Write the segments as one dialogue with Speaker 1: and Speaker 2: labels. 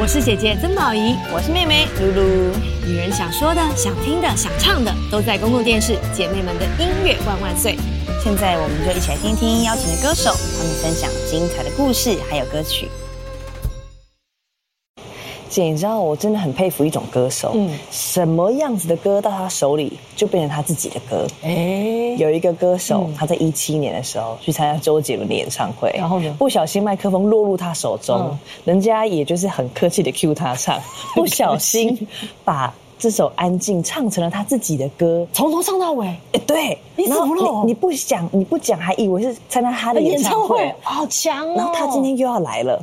Speaker 1: 我是姐姐曾宝仪，
Speaker 2: 我是妹妹露露。
Speaker 1: 女人想说的、想听的、想唱的，都在公共电视。姐妹们的音乐万万岁！
Speaker 2: 现在我们就一起来听听邀请的歌手，他们分享精彩的故事还有歌曲。
Speaker 3: 姐，你知道我真的很佩服一种歌手，嗯，什么样子的歌到他手里就变成他自己的歌。哎、有一个歌手，他在一七年的时候去参加周杰伦的演唱会，嗯然后呢，嗯不小心麦克风落入他手中，人家也就是很客气的 cue 他 唱，不小心把。这首《安静》唱成了他自己的歌，
Speaker 4: 从头唱到尾，
Speaker 3: 哎，对，
Speaker 4: 你怎么
Speaker 3: 然后
Speaker 4: 了
Speaker 3: 你你不想，你不讲，还以为是参加他的演
Speaker 4: 哎演
Speaker 3: 唱
Speaker 4: 唱
Speaker 3: 会
Speaker 4: 会，好强哦！
Speaker 3: 然后他今天又要来了，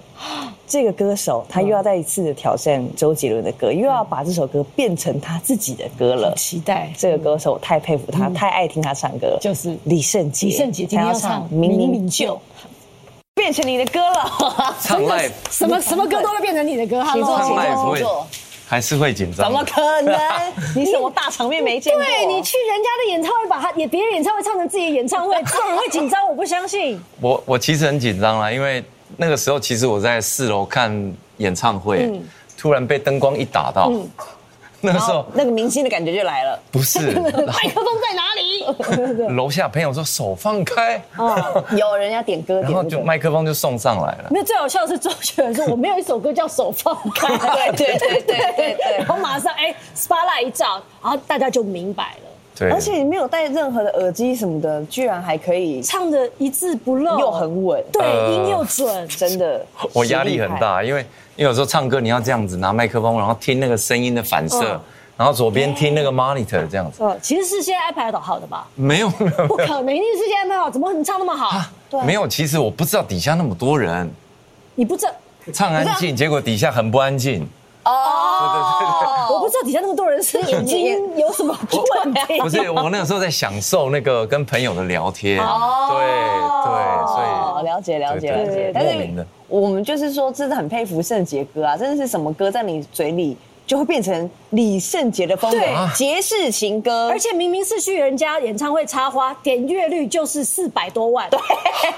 Speaker 3: 这个歌手他又要再一次的挑战周杰伦的歌，又要把这首歌变成他自己的歌了。
Speaker 4: 期待
Speaker 3: 这个歌手我太佩服他，太爱听他唱歌了，
Speaker 4: 就是
Speaker 3: 嗯李圣杰。
Speaker 4: 李圣杰今天要唱《
Speaker 3: 明
Speaker 4: 明
Speaker 3: 明
Speaker 4: 明就》，
Speaker 3: 变成你的歌了，
Speaker 5: 唱 live
Speaker 4: 什么什么歌都会变成你的歌。哈
Speaker 3: 座
Speaker 5: 唱
Speaker 3: 请
Speaker 4: 喽，
Speaker 5: live
Speaker 3: 坐
Speaker 5: 会
Speaker 3: 请坐
Speaker 5: 还是会紧张
Speaker 3: 怎
Speaker 5: 啊
Speaker 3: 么
Speaker 5: 的，
Speaker 3: 可能？ 你什么大场面没见过？
Speaker 4: 对你去人家的演唱会，把他也别人演唱会唱成自己的演唱会，这种人会紧张，我不相信。
Speaker 5: 我我其实很紧张啦，因为那个时候其实我在四楼看演唱会，突然被灯光一打到， 那个时候
Speaker 3: 那个明星的感觉就来了，
Speaker 5: 不是
Speaker 4: 麦克风在哪里？
Speaker 5: 楼下朋友说手放开，
Speaker 3: 有人要点歌
Speaker 5: 然后
Speaker 3: 点
Speaker 5: 就
Speaker 3: 歌。
Speaker 5: 麦克风就送上来了。
Speaker 4: 没有，最好笑的是周杰伦说我没有一首歌叫手放开，
Speaker 3: 对对对对对对
Speaker 4: 然后马上哎 spotlight 一照，然后大家就明白了，
Speaker 5: 对，
Speaker 3: 而且你没有戴任何的耳机什么的，居然还可 以，
Speaker 4: 唱的一字不漏，
Speaker 3: 又很稳，
Speaker 4: 对，
Speaker 5: 呃
Speaker 4: 音又准，
Speaker 3: 真的，
Speaker 5: 我压力很
Speaker 3: 实力派。
Speaker 5: 大，因为因为有时候唱歌你要这样子拿麦克风，然后听那个声音的反射，然后左边听那个 monitor 这样子，
Speaker 4: 呃，其实是现在 iPad 好的吧？
Speaker 5: 没有没有
Speaker 4: 不可能，一定是现在 iPad 好，怎么可能唱那么好？
Speaker 5: 没有，没有。其实我不知道底下那么多人
Speaker 4: 你不知道，
Speaker 5: 唱安静，结果底下很不安静。
Speaker 3: 哦
Speaker 4: 我不知道底下那么多人 是眼睛有什么问题。
Speaker 5: 不是，我那个时候在享受那个跟朋友的聊天，对
Speaker 3: 哦，了解了解
Speaker 5: 对
Speaker 3: 了
Speaker 5: 对
Speaker 3: 解
Speaker 5: 对，
Speaker 3: 但
Speaker 5: 莫名
Speaker 3: 是
Speaker 5: 的
Speaker 3: 我们就是说，真的很佩服圣杰哥啊！真的是什么歌在你嘴里就会变成李圣杰的风格
Speaker 4: 对，
Speaker 3: 杰氏情歌，
Speaker 4: 而且明明是去人家演唱会插花，点阅率就是四百多万，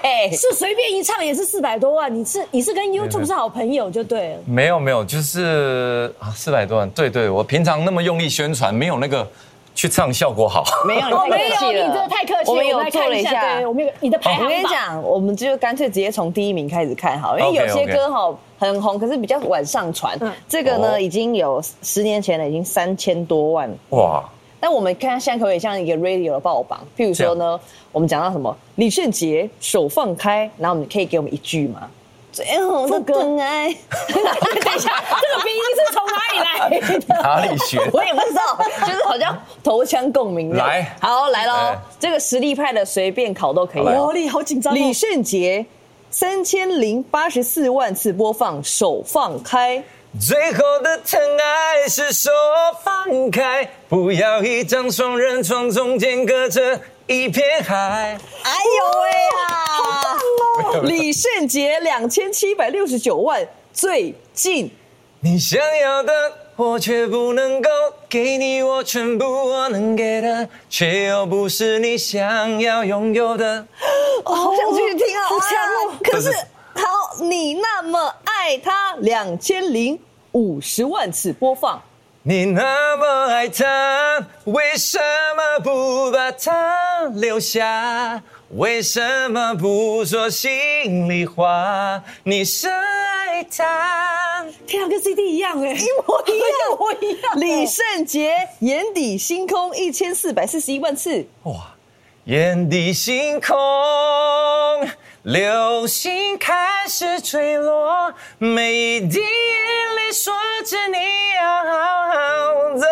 Speaker 3: 嘿
Speaker 4: 是随便一唱也是四百多万。你是你是跟 YouTube 是好朋友就对了，
Speaker 5: 对，没有没有，就是啊，四百多万，对对，我平常那么用力宣传，没有那个去唱效果好。
Speaker 3: 没有，
Speaker 4: 我哦
Speaker 3: 你
Speaker 4: 没
Speaker 3: 太客
Speaker 4: 有，
Speaker 3: 气
Speaker 4: 你
Speaker 3: 了，
Speaker 4: 真的太客气。
Speaker 3: 我们有
Speaker 4: 来
Speaker 3: 做
Speaker 4: 看哎
Speaker 3: 了一下，
Speaker 4: 对，我们有你的排
Speaker 3: 我
Speaker 4: 行
Speaker 3: 跟你
Speaker 4: 榜。
Speaker 3: 讲，我们就干脆直接从第一名开始看好了，因为有
Speaker 5: OK，OK
Speaker 3: 些歌哈很红，可是比较晚上传。
Speaker 4: 嗯
Speaker 3: 这个呢，
Speaker 5: 哦
Speaker 3: 已经有十年前了，已经三千多万。
Speaker 5: 哇，
Speaker 3: 但我们看现在可不可以像一个 radio 的爆榜？譬如说呢，我们讲到什么李圣杰手放开，然后你可以给我们一句吗？最红的更 爱，
Speaker 4: 等一下，这个鼻音是从哪里来的？
Speaker 5: 哪里学？
Speaker 3: 我也不知道，就是好像头腔共鸣的。
Speaker 5: 来
Speaker 3: 好来喽
Speaker 5: 哎，
Speaker 3: 这个实力派的随便考都可以
Speaker 5: 好来
Speaker 3: 哦。
Speaker 4: 魔力好紧张哦。
Speaker 3: 李圣杰三千零八十四万次播放，手放开。
Speaker 5: 最后的疼爱是手放开，不要一张双人床，中间隔着一片海。
Speaker 3: 哎呦喂啊！李圣杰两千七百六十九万，最近
Speaker 5: 你想要的我却不能够给你，我全部我能给的，却又不是你想要拥有的。
Speaker 3: 哦，好想继续听啊！好强哦！可是
Speaker 5: 不是
Speaker 3: 好，你那么爱他，两千零五十万次播 放。
Speaker 5: 你那么爱他，为什么不把他留下？为什么不说心里话？你深爱他，
Speaker 4: 天啊，跟 CD 一样哎，一模一样，一模一样。
Speaker 3: 李圣杰眼底星空一千四百四十一万次。
Speaker 5: 哇！眼底星空，流星开始坠落，每一滴眼泪说着你要好好走。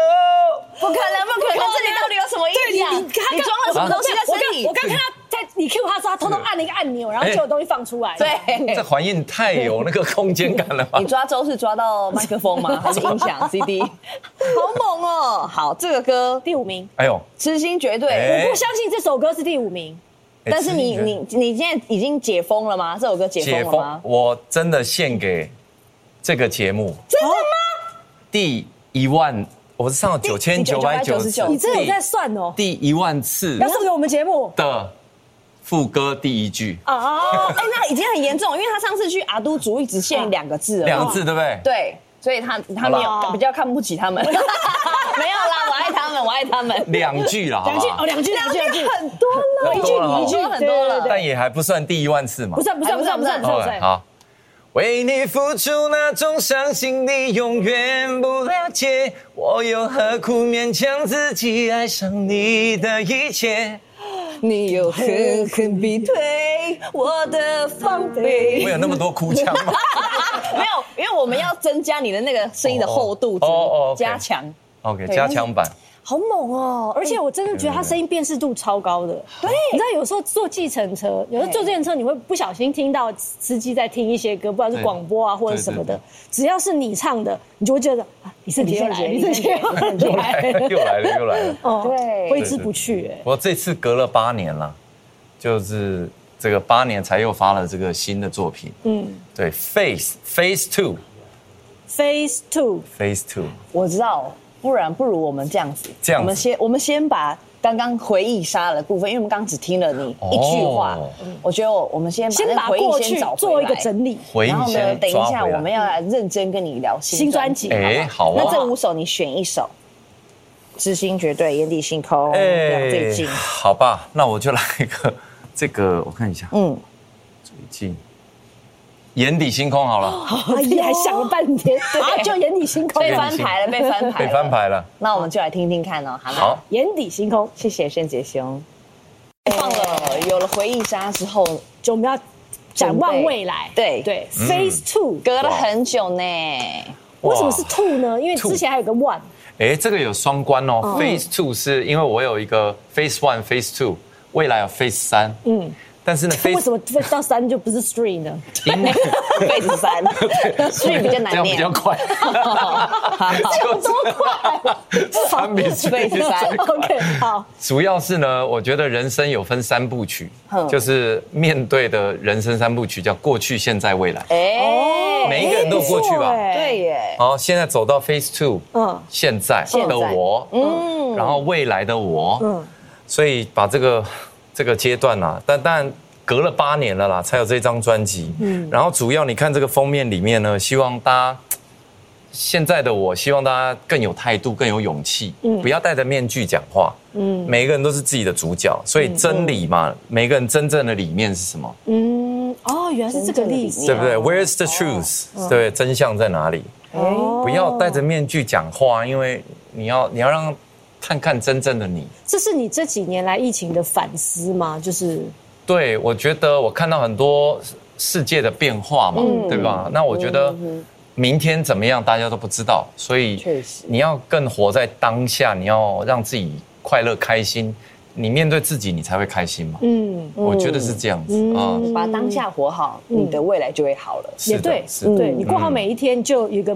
Speaker 3: 不可能，不可能！这里到底有什么
Speaker 4: 对你，
Speaker 3: 你你装了什么东西在身
Speaker 4: 我
Speaker 3: 体？
Speaker 4: 刚我刚看他在你 Q 他的时候，他偷偷按了一个按钮，然后就有东西放出来。
Speaker 5: 这
Speaker 3: 对，
Speaker 5: 环境太有那个空间感 了吧
Speaker 3: 你？抓周是抓到麦克风 吗？还是音响 CD？好猛哦！好，这个歌
Speaker 4: 第五名，
Speaker 5: 哎呦！
Speaker 3: 痴心绝对。
Speaker 5: 哎
Speaker 4: 不相信这首歌是第五名。
Speaker 5: 哎
Speaker 3: 但是你
Speaker 5: 这个
Speaker 3: 你你现在已经解封了吗？这首歌解封
Speaker 5: 解
Speaker 3: 了
Speaker 5: 封
Speaker 3: 吗，？
Speaker 5: 我真的献给这个节目。真的吗？第一万，我是上了九千九百九十九，
Speaker 3: 你
Speaker 4: 你真的有在算哦？
Speaker 5: 第第一万次
Speaker 4: 要送给我们节目
Speaker 5: 的副歌第一句，
Speaker 4: 啊！
Speaker 5: 啊
Speaker 3: 哎，那已经很严重，因为他上次去阿都族一直限两个字了，
Speaker 5: 两个字对不对？
Speaker 3: 对，所以他他们
Speaker 5: 好
Speaker 3: 有
Speaker 4: 啦
Speaker 3: 比较看不起他 们。没有啦，我爱他们，我爱他们。
Speaker 5: 两句了，好
Speaker 4: 两
Speaker 5: 不
Speaker 4: 句哦，
Speaker 5: 好？
Speaker 4: 两句，两句，两句，
Speaker 3: 很多了，
Speaker 5: 很多了
Speaker 4: 一句
Speaker 3: 很多很多了
Speaker 4: 对对对
Speaker 5: 但也还不算第一万次嘛
Speaker 4: 不。算不算不算不算不算不
Speaker 5: OK，
Speaker 4: 算，
Speaker 5: 好。为你付出那种伤心，你永远不了解，我又何苦勉强自己爱上你的一切？
Speaker 3: 你又狠狠逼退我的防 备
Speaker 5: 我。有那么多哭腔吗？
Speaker 3: 没有，因为我们要增加你的那个声音的厚度，
Speaker 5: 哦哦哦，OK
Speaker 3: 加强。
Speaker 5: OK，加强版。
Speaker 4: 好猛哦！而且我真的觉得他声音辨识度超高的。对，你知道有时候坐计程车，有时候坐计程车你会不小心听到司机在听一些歌，不管是
Speaker 5: 对
Speaker 4: 广播啊或者什么
Speaker 5: 对
Speaker 4: 的
Speaker 5: 对，
Speaker 4: 只要是你唱的，你就会觉得啊，李圣杰又来了，李圣杰又 来了。
Speaker 5: 又来了，又来了，又来了。
Speaker 4: 哦，
Speaker 3: 对
Speaker 4: 挥之不去哎。
Speaker 5: 我这次隔了八年了，就是这个八年才又发了这个新的作品。嗯，对，Face Face Two，Face
Speaker 4: Phase Two，
Speaker 5: Two，
Speaker 3: 我知道，不然不如我们这样子，
Speaker 5: 这样子
Speaker 3: 我们先我们先把刚刚回忆杀的部分，因为我们刚刚只听了你一句话，
Speaker 5: 哦
Speaker 3: 我觉得我我们先把
Speaker 4: 先
Speaker 3: 那个
Speaker 4: 把
Speaker 3: 回
Speaker 4: 过
Speaker 3: 忆先
Speaker 4: 去
Speaker 3: 找
Speaker 4: 做一个
Speaker 3: 理。
Speaker 4: 整理。
Speaker 5: 回
Speaker 3: 然
Speaker 5: 应
Speaker 3: 后呢，
Speaker 5: 先
Speaker 3: 等一
Speaker 5: 抓
Speaker 3: 下
Speaker 5: 回
Speaker 3: 我们
Speaker 5: 来。
Speaker 3: 要来认真跟你聊新
Speaker 4: 新专
Speaker 3: 辑
Speaker 4: 辑。
Speaker 5: 哎，好
Speaker 3: 那这
Speaker 5: 啊，
Speaker 3: 五首你选一首，知心绝对，眼底星空，
Speaker 5: 哎
Speaker 3: 对最近，
Speaker 5: 好吧，那我就来一个 这个，我看一下，
Speaker 3: 嗯，
Speaker 5: 最近眼底星空好了，
Speaker 4: 阿姨还想了半天，啊，就眼底星空，
Speaker 3: 被翻牌了，被翻牌
Speaker 5: 被
Speaker 3: 了，
Speaker 5: 翻。牌了。
Speaker 3: 那我们就来听听看哦，好吗？
Speaker 5: 好，
Speaker 4: 眼底星空。
Speaker 3: 谢谢圣杰兄。哎放了，有了回忆杀之后，
Speaker 4: 就我们要展望未来。
Speaker 3: 对嗯
Speaker 4: 对，Phase Two，
Speaker 3: 隔了很久 呢。
Speaker 5: 哇
Speaker 4: 为什么是 Two 呢？因为
Speaker 5: Two
Speaker 4: 之前还有个 One，
Speaker 5: 哎，这个有双关哦。Phase Two 是因为我有一个 Phase One、Phase Two，未来有 Phase 三，嗯，但是呢
Speaker 4: 为
Speaker 5: ，Phase
Speaker 4: 什么到三就不是 Three 呢？
Speaker 5: 因为
Speaker 3: 辈子三，所以比较
Speaker 5: 这
Speaker 3: 难
Speaker 5: 样比较
Speaker 3: 念。
Speaker 5: 快，就
Speaker 4: 多快
Speaker 5: 三比四
Speaker 3: 辈子 三
Speaker 4: ！OK，好，
Speaker 5: 主要是呢，我觉得人生有分三部曲
Speaker 3: 哼，
Speaker 5: 就是面对的人生三部曲叫过去、现在、未来。
Speaker 4: 哦
Speaker 3: 哎，
Speaker 5: 每一个人都有过去吧
Speaker 4: 哎不错哎
Speaker 3: 对耶，
Speaker 5: 好，现在走到 Phase Two，
Speaker 4: 嗯
Speaker 5: 嗯，现在
Speaker 3: 现在
Speaker 5: 的我，嗯，然后未来的我，嗯，所以把这个这个阶段啊，但但隔了八年了啦，才有这张专辑，嗯，然后主要你看这个封面里面呢，希望大家。现在的我，希望大家更有态度，更有勇气，不要戴着面具讲话。嗯，每个人都是自己的主角，所以真理嘛，每个人真正的理念是什么？
Speaker 4: 嗯，哦，原来是这个例子，
Speaker 5: 对不对？Where's the truth？对，真相在哪里？
Speaker 3: 嗯哎
Speaker 4: 哦
Speaker 5: 不要戴着面具讲话，因为你要你要让看看真正的你。
Speaker 4: 这是你这几年来疫情的反思吗？就是
Speaker 5: 对，我觉得我看到很多世界的变化嘛，对吧？那我觉得明天怎么样，大家都不知道，所以
Speaker 3: 确实
Speaker 5: 你要更活在当下，你要让自己快乐开心，你面对自己，你才会开心嘛。
Speaker 4: 嗯，
Speaker 5: 我觉得是这样子啊，
Speaker 3: 把当下活好，你的未来就会好了。
Speaker 5: 是
Speaker 4: 也
Speaker 5: 的
Speaker 4: 对，
Speaker 5: 是的嗯
Speaker 4: 对你过好每一天，就有一个。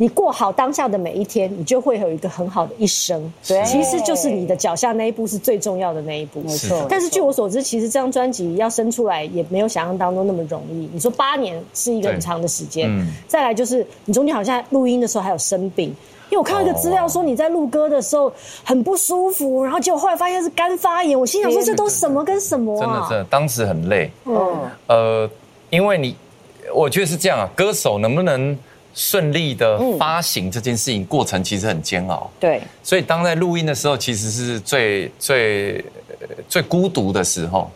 Speaker 4: 你过好当下的每一天，你就会有一个很好的一生。
Speaker 3: 对
Speaker 4: 其实就是你的脚下那一步是最重要的那一步。
Speaker 3: 没
Speaker 5: 是
Speaker 3: 错
Speaker 5: 的。
Speaker 4: 嗯但是据我所知，其实这张专辑要生出来也没有想象当中那么容易。你说八年是一个很长的时间，
Speaker 5: 对嗯
Speaker 4: 再来就是你中间好像录音的时候还有生病，因为我看到一个资料
Speaker 5: 哦
Speaker 4: 说你在录歌的时候很不舒服，然后结果后来发现是肝发炎，我心想说这都什么跟什么
Speaker 5: 真的
Speaker 4: 啊？
Speaker 5: 真的，当时很累。
Speaker 3: 嗯，
Speaker 5: 呃，因为你，我觉得是这样啊，歌手能不能顺利的发行这件事情，过程其实很煎熬。
Speaker 3: 对，
Speaker 5: 所以当在录音的时候，其实是最最呃最孤独的时候。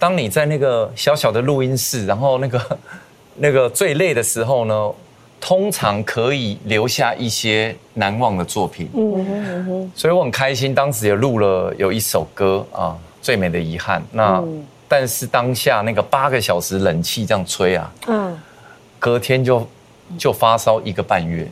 Speaker 5: 当你在那个小小的录音室，然后那个 那个最累的时候呢，通常可以留下一些难忘的作
Speaker 3: 嗯
Speaker 5: 品。
Speaker 4: 嗯
Speaker 5: 所以我很开心，当时也录了有一首歌啊，《最美的遗憾》。那、
Speaker 3: 嗯
Speaker 5: 但是当下那个八个小时冷气这样吹啊，
Speaker 4: 嗯，
Speaker 5: 隔天就就发烧一个半月，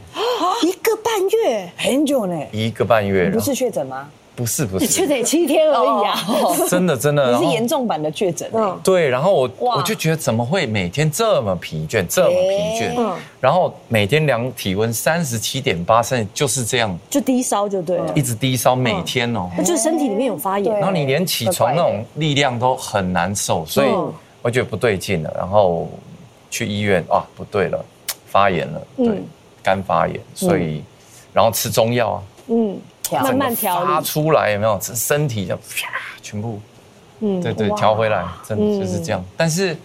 Speaker 4: 一个半月，
Speaker 3: 很久呢。
Speaker 5: 一个半月。
Speaker 3: 你不
Speaker 5: 然后
Speaker 3: 是确诊吗？哦
Speaker 5: 不是不
Speaker 4: 你确
Speaker 5: 是，
Speaker 4: 诊也七天而已啊。
Speaker 5: 真的真的。
Speaker 3: 你
Speaker 5: 然
Speaker 3: 是
Speaker 5: 后
Speaker 3: 严重版的确诊欸。
Speaker 4: 嗯
Speaker 5: 对，然后我
Speaker 3: 哇
Speaker 5: 我就觉得怎么会每天这么疲倦，这么疲
Speaker 3: 哎
Speaker 5: 倦
Speaker 4: 嗯，
Speaker 5: 然后每天量体温三十七点八，甚至就是这样
Speaker 4: 就低烧就对了
Speaker 5: 一，直低烧，每天哦，
Speaker 4: 那就是身体里面有发炎。
Speaker 5: 然后你连起床那
Speaker 3: 怪
Speaker 5: 种力量都很难受，所以
Speaker 4: 嗯
Speaker 5: 我觉得不对劲了，然后去医院啊，不对了，发炎了，
Speaker 4: 嗯
Speaker 5: 对，肝发炎，所以然后吃中药啊，
Speaker 4: 嗯，
Speaker 3: 调
Speaker 4: 慢慢
Speaker 5: 整个
Speaker 4: 调
Speaker 5: 发
Speaker 4: 理。
Speaker 5: 出来有没有？这身体就啪，全部，嗯，对对，调回来，真的就是这
Speaker 4: 嗯
Speaker 5: 样。但是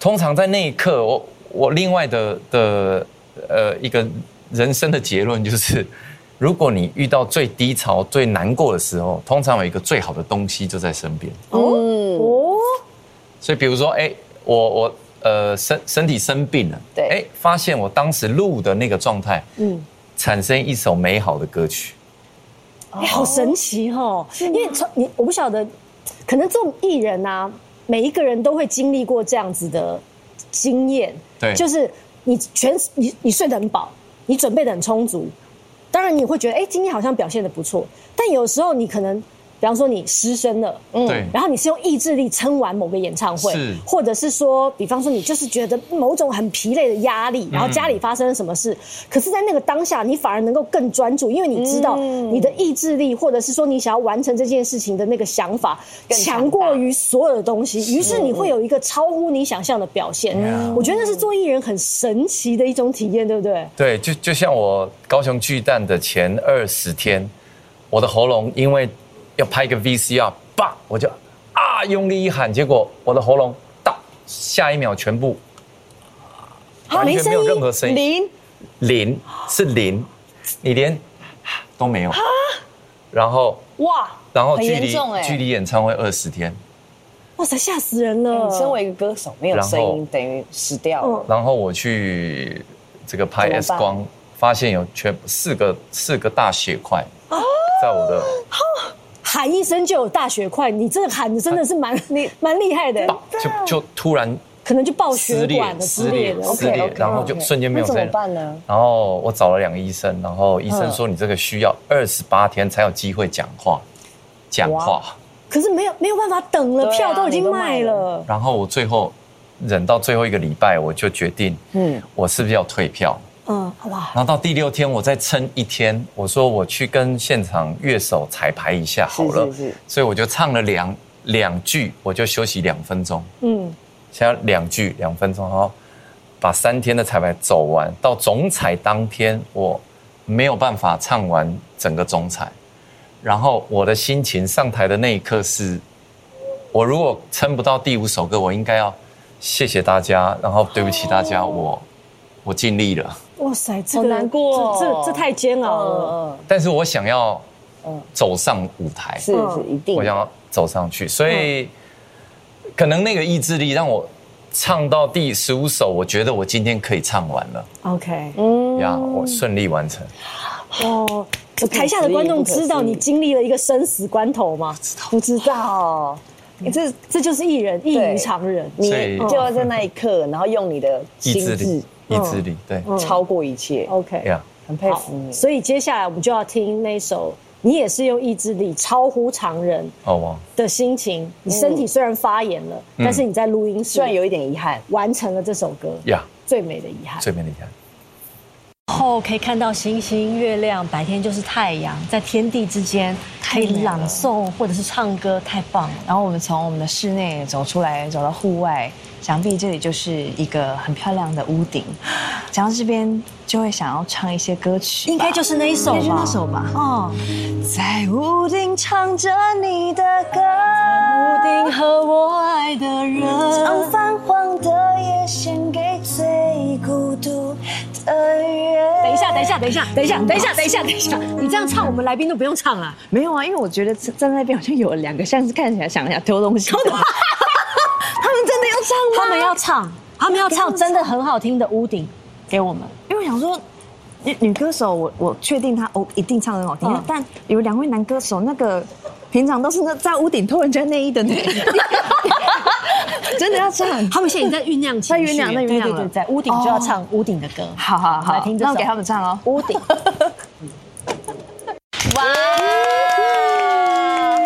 Speaker 5: 通常在那一刻，我我另外的的呃一个人生的结论就是，如果你遇到最低潮、最难过的时候，通常有一个最好的东西就在身边。
Speaker 4: 哦，
Speaker 5: 所以比如说，哎，我我呃身身体生病了，
Speaker 3: 对
Speaker 5: 哎，发现我当时录的那个状态，嗯，产生一首美好的歌曲，
Speaker 4: 哎，好神奇哦！因为从你我不晓得，可能这种艺人啊，每一个人都会经历过这样子的经验。
Speaker 5: 对
Speaker 4: 就是你全你你睡得很饱，你准备得很充足，当然你会觉得，哎，今天好像表现得不错。但有时候你可能，比方说你失声了，嗯
Speaker 5: 对
Speaker 4: 然后你是用意志力撑完某个演唱会
Speaker 5: 是，
Speaker 4: 或者是说，比方说你就是觉得某种很疲累的压力，然后家
Speaker 5: 嗯
Speaker 4: 里发生了什么事，可是，在那个当下，你反而能够更专注，因为
Speaker 5: 嗯
Speaker 4: 你知道
Speaker 3: 嗯
Speaker 4: 你的意志力，或者是说你想要完成这件事情的那个想法，
Speaker 3: 更强大
Speaker 4: 强过于所有的东西，于是你会有一个超乎你想象的表现。我觉得那是做艺人很神奇的一种体验，对不对？
Speaker 5: 对，就就像我高雄巨蛋的前二十天，我的喉咙因为要拍一个 VCR，叭，我就啊用力一喊，结果我的喉咙到下一秒全部
Speaker 3: 啊
Speaker 5: 完全没有任何声音，
Speaker 3: 零
Speaker 5: 零是零，你连都没有，然后
Speaker 3: 哇，
Speaker 5: 然后
Speaker 3: 啊很
Speaker 5: 距
Speaker 3: 严
Speaker 5: 离
Speaker 3: 重哎
Speaker 5: 距离演唱会二十天，
Speaker 4: 哇塞，吓死人了！
Speaker 3: 哎你身为一个歌手，没有声
Speaker 5: 然
Speaker 3: 音
Speaker 5: 后
Speaker 3: 等于死掉了。
Speaker 5: 然后我去这个拍
Speaker 3: 怎么办
Speaker 5: X 光，发现有全四个四个大血块
Speaker 3: 哦
Speaker 5: 在我的
Speaker 4: 喊一声就有大血块，你这喊的真的是蛮你 蛮厉害的，
Speaker 5: 就就突然
Speaker 4: 可能就爆
Speaker 5: 撕
Speaker 4: 血
Speaker 5: 裂
Speaker 4: 管了之
Speaker 5: 撕
Speaker 4: 类
Speaker 5: 裂
Speaker 4: 的。
Speaker 5: 撕
Speaker 4: OK，
Speaker 5: 裂
Speaker 3: OK，OK，，
Speaker 5: 然后就
Speaker 3: OK
Speaker 5: 瞬间没有
Speaker 3: 那怎
Speaker 5: 声
Speaker 3: 么
Speaker 5: 音
Speaker 3: 办呢？
Speaker 5: 然后我找了两个医生，然后医生说你这个需要二十八天才有机会讲话，讲话。
Speaker 4: 可是没有没有办法等了，
Speaker 3: 对啊
Speaker 4: 票都已经
Speaker 3: 你都卖
Speaker 4: 卖了。
Speaker 5: 然后我最后忍到最后一个礼拜，我就决定，嗯，我是不是要退票？
Speaker 4: 嗯，哇，
Speaker 5: 然后到第六天，我再撑一天，我说我去跟现场乐手彩排一下好了，
Speaker 3: 是是是
Speaker 5: 所以我就唱了两两句，我就休息两分钟，
Speaker 4: 嗯，
Speaker 5: 想要两句两分钟，然后把三天的彩排走完。到总彩当天，我没有办法唱完整个总彩，然后我的心情上台的那一刻是，我如果撑不到第五首歌，我应该要谢谢大家，然后对不起大家，我我尽力了。
Speaker 4: 哇塞，这
Speaker 3: 好
Speaker 4: 个
Speaker 3: 难过哦
Speaker 4: 这这这太煎熬了。
Speaker 3: 嗯
Speaker 5: 但是我想要走上舞台，
Speaker 3: 是是一定
Speaker 5: 我想要走上去，所以可能那个意志力让我唱到第十五首，我觉得我今天可以唱完了，
Speaker 3: 嗯
Speaker 4: OK，
Speaker 5: 呀，
Speaker 6: 嗯
Speaker 5: 我顺利完成。
Speaker 4: 哦，我台下的观众知道你经历了一个生死关头吗？
Speaker 3: 不知道，这
Speaker 4: 这就是艺人异于常人。
Speaker 3: 你
Speaker 5: 所以
Speaker 3: 就要在那一刻，然后用你的
Speaker 5: 意
Speaker 3: 心
Speaker 5: 志
Speaker 3: 智
Speaker 5: 力，
Speaker 6: 嗯
Speaker 5: 意志力，对，
Speaker 3: 超过一切，
Speaker 4: OK，
Speaker 5: 呀，
Speaker 3: 很佩
Speaker 4: 好
Speaker 3: 服你。
Speaker 4: 所以接下来我们就要听那首你也是用意志力超乎常人
Speaker 5: 哦哇，
Speaker 4: 的心情，你身体虽然发炎了，但是你在录音室
Speaker 3: 嗯虽然有一点遗憾，
Speaker 4: 完成了这首歌《
Speaker 5: 呀，
Speaker 4: 最美的遗憾》。
Speaker 5: 最美的遗憾。
Speaker 7: 后可以看到星星、月亮，白天就是太阳，在天地之间可以朗诵或者是唱歌，太棒了。
Speaker 8: 然后我们从我们的室内走出来，走到户外，想必这里就是一个很漂亮的屋顶。讲到这边，就会想要唱一些歌曲吧，
Speaker 7: 应该就是那一首
Speaker 8: 应该就
Speaker 7: 吧
Speaker 8: 那。首吧。
Speaker 7: 哦，
Speaker 8: 在屋顶唱着你的歌，
Speaker 7: 屋顶和我爱的
Speaker 8: 让
Speaker 7: 人，
Speaker 8: 泛黄的夜献给最孤独的人。
Speaker 7: 等一下，等一下，等一下，等一下，等一下，等一下，等一下，你这样唱，我们来宾都不用唱了。
Speaker 8: 没有啊，因为我觉得站在那边好像有两个像是看起来想要丢东西的。 他们真的要唱吗？
Speaker 7: 他们要唱，啊他们要唱真的很好听的《屋顶》给我们。
Speaker 8: 因为我想说，女女歌手我我确定她哦一定唱得很好听，
Speaker 7: 嗯
Speaker 8: 但有两位男歌手那个平常都是那在屋顶偷人家内衣的呢，真的要唱。
Speaker 7: 他们现在已经在酝酿情绪，
Speaker 8: 在酝酿在酝
Speaker 7: 对
Speaker 8: 酿
Speaker 7: 对
Speaker 8: 了
Speaker 7: 对，在屋
Speaker 4: 哦
Speaker 7: 顶就要唱屋顶的歌。
Speaker 8: 好好
Speaker 7: 来
Speaker 8: 好
Speaker 7: 听，这
Speaker 8: 那
Speaker 7: 首
Speaker 8: 我给他们唱哦。
Speaker 7: 屋 顶。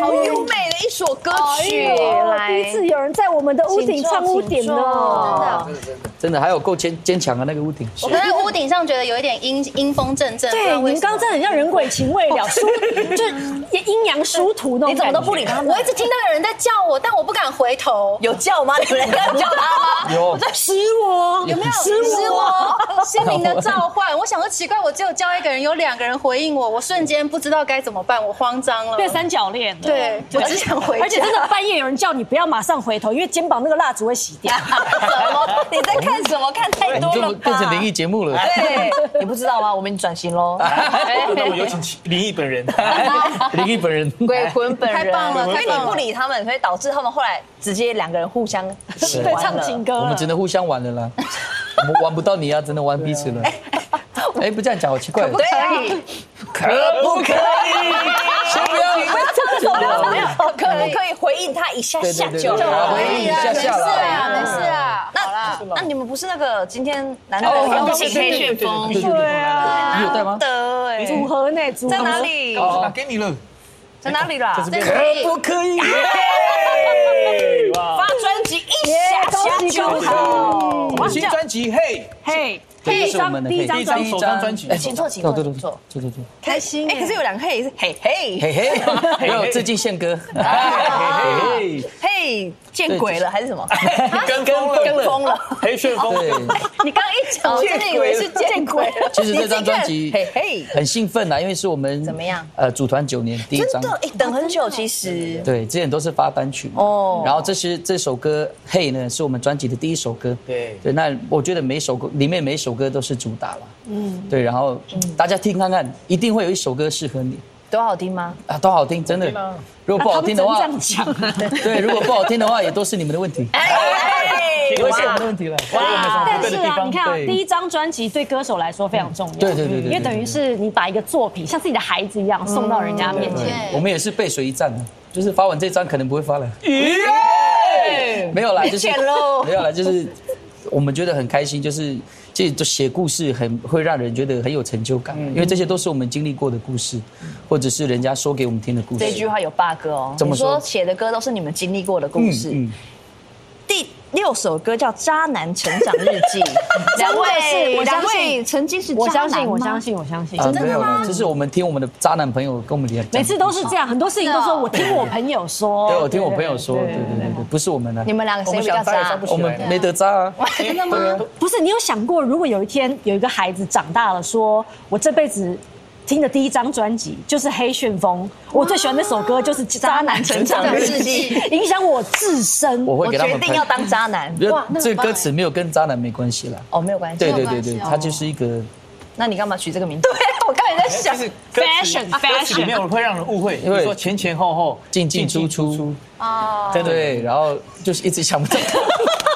Speaker 8: 好优美的一首歌曲，
Speaker 4: 哦第一次有人在我们的屋顶唱屋顶呢，
Speaker 9: 真的还有够坚坚强的啊那个屋顶。
Speaker 10: 我在屋顶上觉得有一点阴阴风阵阵，
Speaker 4: 对，你们刚刚真的很像人鬼情未了，殊 就是也阴阳殊途那种。你怎么都不理他？
Speaker 10: 我一直听到有人在叫我，但我不敢回头。
Speaker 5: 哎
Speaker 8: 有叫吗？你们两个有叫他吗？
Speaker 5: 有
Speaker 10: 有没有？是我， 心灵的召唤。我想说奇怪，我只有叫一个人，有两个人回应我，我瞬间不知道该怎么办，我慌张了。
Speaker 4: 变三角恋了。
Speaker 10: 对我只想回家
Speaker 4: 而且真的半夜有人叫你不要马上回头，因为肩膀那个蜡烛会洗掉。
Speaker 3: 什么？你在看什么？看太
Speaker 6: 哎你
Speaker 3: 多
Speaker 6: 这
Speaker 3: 了
Speaker 6: 么
Speaker 3: 吧？
Speaker 6: 变成灵异节目了。
Speaker 5: 哎
Speaker 6: 哎
Speaker 8: 对，你不知道吗？我们转型 喽，
Speaker 3: 哎
Speaker 5: 那我有请林毅本人。
Speaker 6: 灵异本人，
Speaker 8: 鬼魂本人
Speaker 10: 太棒了
Speaker 8: 所以
Speaker 10: 太
Speaker 8: 你
Speaker 10: 棒了
Speaker 8: 不理他们，所以导致他们后来直接两个人互相喜
Speaker 4: 对，
Speaker 8: 欢
Speaker 4: 唱
Speaker 8: 了。
Speaker 4: 情歌了。
Speaker 6: 我们只能互相玩了 啦，我们玩不到你啊，只能玩彼此了。哎，不这样讲好奇怪。
Speaker 8: 对啊，
Speaker 6: 可不可以？先不要，不要唱这首歌。
Speaker 8: 可不可以回应他一下
Speaker 6: 对
Speaker 8: 下
Speaker 6: 对对，
Speaker 8: 就好？
Speaker 6: 回应一下
Speaker 10: 没事
Speaker 6: 下啦。
Speaker 10: 啊，没事啊。
Speaker 8: 那那你们不是那个今天难得
Speaker 6: 哦
Speaker 8: 邀
Speaker 6: 对
Speaker 8: 请黑旋风
Speaker 6: 对对对，你有带吗？
Speaker 8: 的哎，
Speaker 4: 组合呢？组合
Speaker 8: 在哪？里？
Speaker 5: 哦，给你了。
Speaker 8: 在哪里啦？
Speaker 10: 真可以
Speaker 5: 不可以？
Speaker 8: 发专辑一下下就好。
Speaker 5: 我新专辑嘿，
Speaker 8: 嘿，
Speaker 6: 这是我们的
Speaker 4: 第一
Speaker 6: 嘿
Speaker 4: 张专辑
Speaker 5: 首张专辑
Speaker 8: 请坐，请坐，
Speaker 6: 对对
Speaker 8: 请
Speaker 10: 哦
Speaker 6: 对
Speaker 8: 坐。
Speaker 6: 对对对，
Speaker 8: 开心哎，可是有两个嘿是嘿嘿
Speaker 6: 嘿嘿，没有致敬 宪哥，哎
Speaker 5: 嘿嘿嘿
Speaker 8: 嘿，见鬼了还 是什么？
Speaker 5: 跟风了，
Speaker 8: 跟风了。
Speaker 5: 黑旋风
Speaker 6: 对，
Speaker 8: 你刚刚一讲，我真的以为是见鬼了。
Speaker 6: 其实这张专辑
Speaker 8: 你自己看嘿嘿，
Speaker 6: 很兴奋啊，因为是我们
Speaker 8: 怎么样？
Speaker 6: 呃，组团九年第一
Speaker 8: 真
Speaker 6: 张
Speaker 8: 的，哎，等很久其实。
Speaker 6: 对，之前都是发单曲
Speaker 8: 哦
Speaker 6: 哦。然后这是这首歌《嘿》呢，是我们专辑的第一首歌。
Speaker 5: 对
Speaker 6: 对，那我觉得每首歌里面每首歌都是主打了。嗯，对，然后大家听看看，一定会有一首歌适合你
Speaker 8: 都好听吗？
Speaker 6: 啊，都好听，真的。如果不好听的
Speaker 4: 他
Speaker 6: 话
Speaker 4: 们，真这样讲。
Speaker 6: 对，如果不好听的话，也都是你们的问题，
Speaker 8: 哎，
Speaker 6: 都是我们的问题了。
Speaker 4: 但是啊，你看啊，
Speaker 6: 对
Speaker 4: 第一张专辑对歌手来说非常重要。
Speaker 6: 对对对对对
Speaker 4: 因为等于是你把一个作品像自己的孩子一样送到人家面前。
Speaker 6: 对我们也是背水一战的，就是发完这张可能不会发了。没有啦，就是
Speaker 8: 欠喽
Speaker 6: 没有啦，就是我们觉得很开心，就是这就写故事很会让人觉得很有成就感，因为这些都是我们经历过的故事，或者是人家说给我们听的故事。
Speaker 8: 这句话有 bug 哦。
Speaker 6: 怎么
Speaker 8: 你说
Speaker 6: 说
Speaker 8: 写的歌都是你们经历过的
Speaker 6: 嗯
Speaker 8: 故事。第六首歌叫《渣男成长日记》，两位，
Speaker 4: 我
Speaker 8: 两
Speaker 4: 相信
Speaker 8: 位曾经是
Speaker 4: 我
Speaker 8: 渣
Speaker 4: 相
Speaker 8: 男
Speaker 4: 信，
Speaker 8: 吗
Speaker 4: 我相。信，我相信。
Speaker 6: 啊，没有啦，就是我们听我们的渣男朋友跟我们聊，
Speaker 4: 每次都是这样，很多事情都说我听我朋友说。
Speaker 6: 对，我听我朋友说，对对对对，不是我们的啊
Speaker 8: 你，们两个谁比较渣？
Speaker 6: 我们没得渣啊。
Speaker 4: 真的吗？不是，你有想过，如果有一天有一个孩子长大了，说我这辈子听的第一张专辑就是《黑旋风》，我最喜欢那首歌就是《渣男成长日记》，影响我自身。
Speaker 6: 我会
Speaker 8: 我
Speaker 6: 给他
Speaker 8: 决
Speaker 6: 们
Speaker 8: 定要当渣男。
Speaker 6: 这个歌词没有跟渣男没关系啦。
Speaker 8: 哦，没有关系。
Speaker 6: 对对对对，它就是一个
Speaker 8: 那你干嘛取这个名字？对，我刚才在想
Speaker 5: 就是歌词
Speaker 11: 啊
Speaker 4: Fashion，
Speaker 5: 歌词里面我会让人误会，比如说前前后后
Speaker 6: 进进出出，
Speaker 10: 哦，
Speaker 5: 真的
Speaker 6: 对，然后就是一直想不到。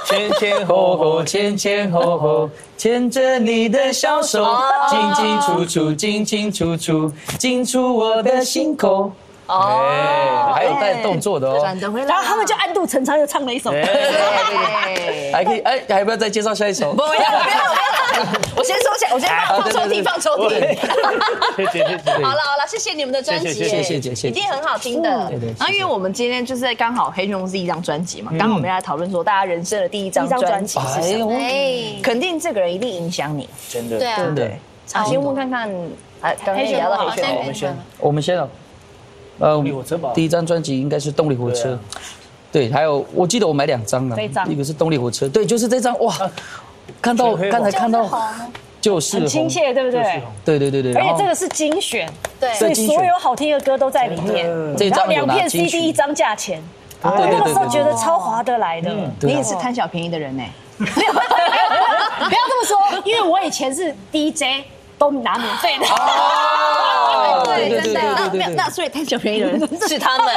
Speaker 5: 前前
Speaker 6: 后
Speaker 5: 后
Speaker 6: 后
Speaker 5: 后
Speaker 6: 前前后后，牵着你的小手，进进出出，进进出出，进出我的心口。哦，还有带动作的哦，
Speaker 8: 转得回来。啊
Speaker 4: 然后他们就暗度陈仓又唱了一首歌。
Speaker 6: 哎
Speaker 8: 对。
Speaker 6: 还可以哎，还要不要再介绍下一首？
Speaker 8: 不要不要不要！我先收起来，我先放放抽屉，放抽屉。
Speaker 5: 谢谢谢谢。
Speaker 8: 好了好了，谢谢你们的专辑，
Speaker 5: 谢
Speaker 6: 谢谢谢谢谢谢
Speaker 8: 一定很好听的。
Speaker 6: 对对
Speaker 8: 然后因为我们今天就是在刚好黑熊是一张专辑嘛，刚好我们要来讨论说大家人生的第一张专辑是什么，
Speaker 10: 哎，
Speaker 8: 肯定这个人一定影响你。
Speaker 5: 真的
Speaker 10: 对啊，
Speaker 6: 真的，
Speaker 8: 啊，先问看看，啊，刚刚
Speaker 10: 黑
Speaker 8: 也
Speaker 10: 旋
Speaker 8: 聊
Speaker 10: 风
Speaker 8: 到
Speaker 10: 好
Speaker 8: 黑熊，
Speaker 10: 像
Speaker 5: 我们先
Speaker 6: 我们先哦，呃
Speaker 5: 力火车吧
Speaker 6: 第一张专辑应该是《动力火车
Speaker 5: 对啊》，
Speaker 6: 对，还有我记得我买两张了啊
Speaker 4: 这一，张
Speaker 6: 一个是《动力火车》，对，就是这张哇，看
Speaker 5: 全
Speaker 6: 到
Speaker 5: 啊黑红
Speaker 6: 刚才看到就是
Speaker 4: 很
Speaker 6: 红
Speaker 4: 亲，切，对不对？
Speaker 6: 对对对对，
Speaker 4: 而
Speaker 6: 然
Speaker 4: 且
Speaker 6: 后
Speaker 4: 这个是精选，
Speaker 10: 对
Speaker 4: 所以所有好听的歌都在里面。
Speaker 6: 这
Speaker 4: 然后
Speaker 6: 张有
Speaker 4: 两
Speaker 6: 拿
Speaker 4: 片
Speaker 6: 金
Speaker 4: CD 一
Speaker 6: 曲。
Speaker 4: 张价钱，
Speaker 6: 对对对
Speaker 4: 那个
Speaker 6: 对
Speaker 4: 时候
Speaker 6: 对
Speaker 4: 觉得超划得来的。
Speaker 6: 对
Speaker 8: 你
Speaker 6: 啊
Speaker 8: 也是贪小便宜的人呢。
Speaker 4: 不要这么说，因为我以前是 DJ，都拿免费的。
Speaker 6: 哦对对对对
Speaker 8: 那
Speaker 6: 对
Speaker 8: 啊没有
Speaker 6: 对，
Speaker 8: 那所以贪小便宜的人是他们。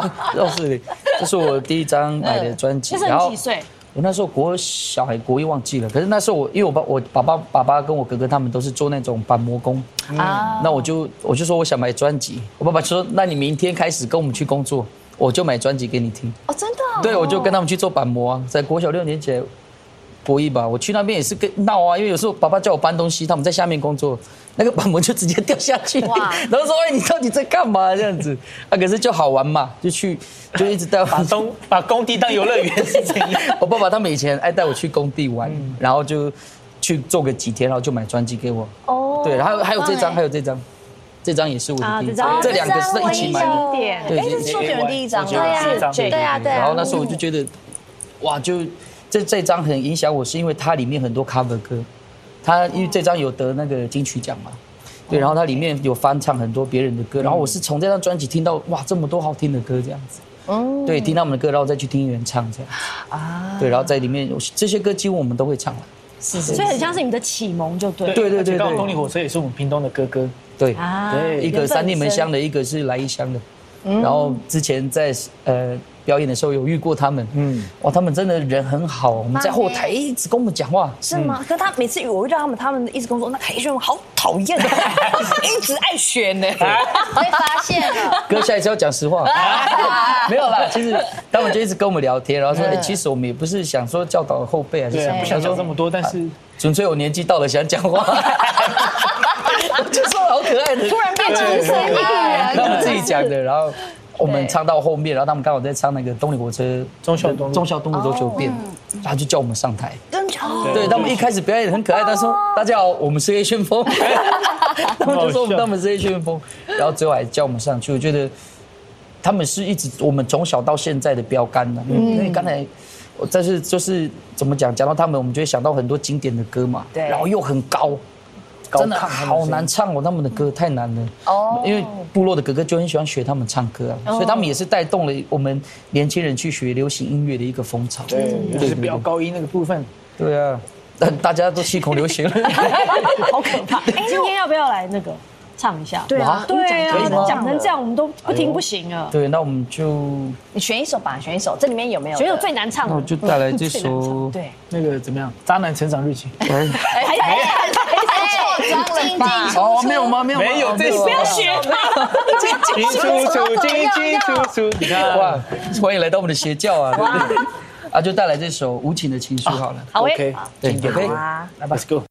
Speaker 6: 哦是，这是我第一张买的专辑，
Speaker 4: 嗯那时
Speaker 6: 然
Speaker 4: 候
Speaker 6: 后
Speaker 4: 你几岁？
Speaker 6: 我那时候国小还国一忘记了，可是那时候我因为我爸我爸爸爸爸跟我哥哥他们都是做那种板模工
Speaker 4: 嗯
Speaker 6: 啊，那我就我就说我想买专辑，我爸爸说那你明天开始跟我们去工作，我就买专辑给你听。
Speaker 10: 哦，真的哦，
Speaker 6: 对，我就跟他们去做板模啊，在国小六年级。国一吧，我去那边也是跟闹啊，因为有时候爸爸叫我搬东西，他们在下面工作，那个板模就直接掉下去， 然后说：“哎，你到底在干嘛？”这样子啊，可是就好玩嘛，就去就一直带 我
Speaker 5: 把东把工地当游乐园是怎样？
Speaker 6: 我爸爸他们以前爱带我去工地玩，然后就去做个几天，然后就买专辑给我。哦，对，然后还有这张，还有这张，这张也是我的第一张，这两个是一起买的。
Speaker 4: 点
Speaker 6: 对，
Speaker 8: 哎，这是周杰伦第一张吗，
Speaker 5: 对啊
Speaker 6: 对
Speaker 10: 对啊，对啊，
Speaker 6: 然后那时候我就觉得，哇，就这这张很影响我，是因为它里面很多 cover 歌，它因为这张有得那个金曲奖嘛，哦对，嗯然后它里面有翻唱很多别人的歌，然后我是从这张专辑听到哇这么多好听的歌这样子。哦，对，听他们的歌，然后再去听原唱这样子啊，对，然后在里面这些歌几乎我们都会唱了，
Speaker 4: 所以很像是你们的启蒙，就对了。
Speaker 6: 对对
Speaker 11: 而且
Speaker 6: 对
Speaker 11: 刚好
Speaker 6: 对
Speaker 11: 动力火车也是我们屏东的哥哥，
Speaker 6: 对，
Speaker 11: 对
Speaker 6: 一个三地门乡的，一个是来义乡的。然后之前在呃表演的时候有遇过他们，嗯，哇，他们真的人很好，我们在后台一直跟我们讲话，
Speaker 3: 是吗？可他每次我遇到他们，他们一直跟我说：“那凯旋我好讨厌，
Speaker 4: 啊
Speaker 3: 一直爱选呢。
Speaker 10: 被发现了，
Speaker 6: 嗯哥下一次要讲实话，没有啦，其实他们就一直跟我们聊天，然后说，哎，其实我们也不是想说教导后辈还是
Speaker 11: 对
Speaker 6: 什
Speaker 11: 啊，
Speaker 6: 么，
Speaker 11: 不想说
Speaker 6: 说
Speaker 11: 这么多，但是
Speaker 6: 纯粹我年纪到了想讲话， 我就说好可哎爱的，突然
Speaker 11: 啊
Speaker 6: 变成声音，他们自己讲的，然后。我们唱到后面，然后他们刚好在唱那个动力火车
Speaker 11: 忠孝东路
Speaker 6: 忠孝东路走九遍，他就叫我们上台，对
Speaker 11: 对
Speaker 6: 他们一开始表演很可爱，他说：“大家好，我们是黑旋风。”他们就说我们他们是黑旋风，然后最后还叫我们上去。我觉得他们是一直我们从小到现在的标杆呢、因为刚才我但是就是怎么讲，讲到他们，我们就会想到很多经典的歌嘛，
Speaker 3: 对
Speaker 6: 然后又很高。
Speaker 11: 高
Speaker 6: 真的
Speaker 11: 亢他们的声音
Speaker 6: 好难唱哦，他们的歌太难了。哦，因为部落的哥哥就很喜欢学他们唱歌啊，所以他们也是带动了我们年轻人去学流行音乐的一个风潮。
Speaker 11: 对，尤其是飙高音那个部分，
Speaker 6: 对啊，但大家都七孔流血了。
Speaker 4: 好可怕！哎今天要不要来那个唱一下？对
Speaker 6: 啊
Speaker 4: 对
Speaker 6: 哎可以吗
Speaker 4: 啊，讲成这样我们都不听不行啊了。
Speaker 6: 对，那我们就
Speaker 3: 你选一首吧，选一首，这里面有没有？
Speaker 4: 觉得最难唱
Speaker 6: 那我
Speaker 4: 的，
Speaker 6: 就带来 这首，
Speaker 3: 对，
Speaker 11: 那个怎么样？渣男成长日记，
Speaker 10: 进进出
Speaker 6: 哦，没有吗？没有吗，
Speaker 11: 没有这首
Speaker 6: 不要学。
Speaker 11: 进进出出，进进出出，你看
Speaker 6: 哇，欢迎来到我们的邪教啊！对不对啊，就带来这首《无情的情书》好了。
Speaker 4: 好诶，
Speaker 11: ，OK，
Speaker 6: 对，OK，
Speaker 11: 来吧，Let's go，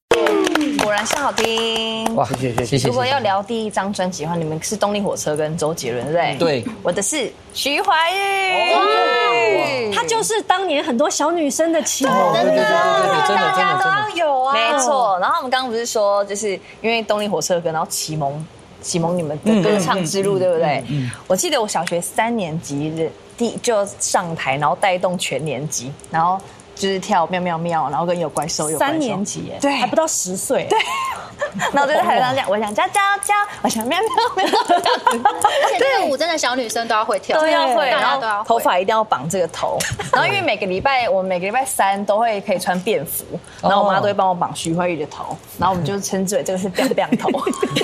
Speaker 3: 果然是好听。
Speaker 6: 哇，
Speaker 11: 谢谢谢谢
Speaker 6: 谢谢
Speaker 3: 如果要聊第一张专辑的话，你们是动力火车跟周杰伦，对不对？
Speaker 6: 对，
Speaker 3: 我的是徐怀钰。
Speaker 4: 她就是当年很多小女生的启蒙。
Speaker 6: 哦对对对对对，真的真的真的
Speaker 10: 大，家都有啊，
Speaker 3: 没错，然后我们刚刚不是说，就是因为动力火车歌，然后启蒙启蒙你们的歌唱之路，对不对？我记得我小学三年级的第就上台，然后带动全年级，然后就是跳喵喵喵，然后跟有怪兽有怪兽
Speaker 4: 三年，级耶，
Speaker 3: 对
Speaker 4: 还不到十岁，对，
Speaker 3: 然后我就在台上讲，我想叫叫叫，我想喵喵喵，
Speaker 10: 而且那个舞真的小女生都要会跳，
Speaker 3: 都要会，
Speaker 10: 大
Speaker 3: 然
Speaker 10: 家都要
Speaker 3: 后头
Speaker 10: 会
Speaker 3: 发一定要绑这个头， 然后因为每个礼拜我们每个礼拜三都会可以穿便服，然后我妈都会帮我绑徐怀钰的头，然后我们就称之为这个是 biang biang 头，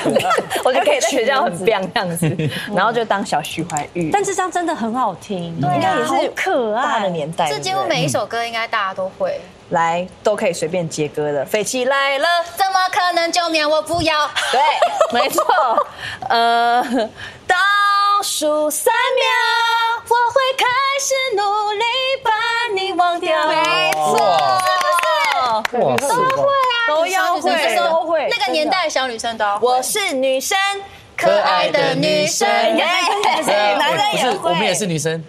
Speaker 3: 我就可以在学校很 biang 这样 子，然后就当小徐怀钰，
Speaker 4: 但这张真的很好听，应
Speaker 8: 啊
Speaker 3: 应该也
Speaker 4: 好
Speaker 3: 是
Speaker 4: 可
Speaker 3: 大
Speaker 4: 爱
Speaker 3: 的年代，
Speaker 10: 这几乎
Speaker 3: 对不对
Speaker 10: 每一首歌应该大家都会。
Speaker 3: 来都可以随便接歌的，飞起来 了，
Speaker 10: 怎么可能救命？我不要！
Speaker 3: 对，没错，呃，倒数三秒，我会开始努力把你忘掉，没
Speaker 6: 哇
Speaker 3: 错，
Speaker 6: 哇，
Speaker 3: 都要
Speaker 10: 小女生
Speaker 3: 会。
Speaker 4: 都会
Speaker 10: 那个年代的小女生都要会。
Speaker 3: 我是女生，
Speaker 10: 可爱的女生
Speaker 3: 耶男生
Speaker 6: 不
Speaker 3: 也
Speaker 6: 是，
Speaker 3: 会，
Speaker 6: 我们也是。女生。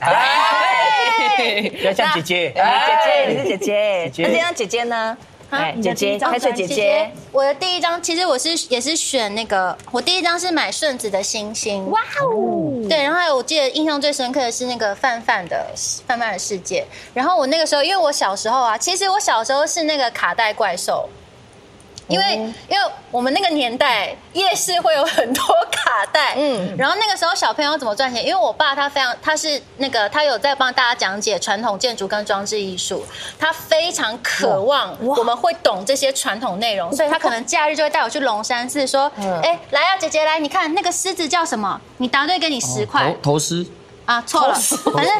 Speaker 11: 不要像姐姐，
Speaker 3: 姐姐，你是姐姐，
Speaker 11: 姐姐
Speaker 3: 那这样姐姐呢？哎，
Speaker 4: 你
Speaker 3: 姐
Speaker 4: 的第
Speaker 3: 姐，
Speaker 4: 一张
Speaker 3: 开水姐姐，，
Speaker 10: 我的第一张其实我是也是选那个，我第一张是买顺子的星星，哇哦，对，然后还有我记得印象最深刻的是那个范范的范范的世界，然后我那个时候因为我小时候啊，其实我小时候是那个卡带怪兽。因为因为我们那个年代夜市会有很多卡带，嗯，然后那个时候小朋友怎么赚钱？因为我爸他非常，他是那个他有在帮大家讲解传统建筑跟装置艺术，他非常渴望我们会懂这些传统内容，所以他可能假日就会带我去龙山寺说，哎，来啊姐姐来，你看那个狮子叫什么？你答对给你十块
Speaker 6: 头头狮，
Speaker 10: 啊，错了， 反正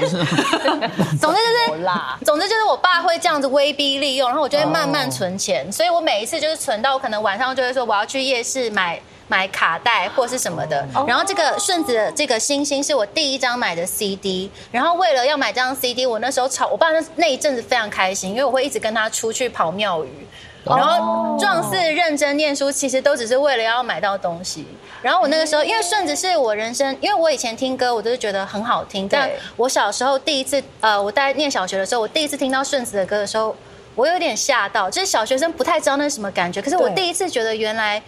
Speaker 10: 总之就是，总之就是我爸会这样子威逼利诱，然后我就会慢慢存钱，所以我每一次就是存到我可能晚上就会说我要去夜市买。买卡带或是什么的，然后这个顺子的这个星星是我第一张买的 CD，然后为了要买这张 CD，我那时候吵，我爸那那一阵子非常开心，因为我会一直跟他出去跑庙宇，然后壮士认真念书，其实都只是为了要买到东西。然后我那个时候，因为顺子是我人生，因为我以前听歌，我都是觉得很好听。但我小时候第一次，呃，我大概念小学的时候，我第一次听到顺子的歌的时候，我有点吓到，就是小学生不太知道那是什么感觉。可是我第一次觉得原来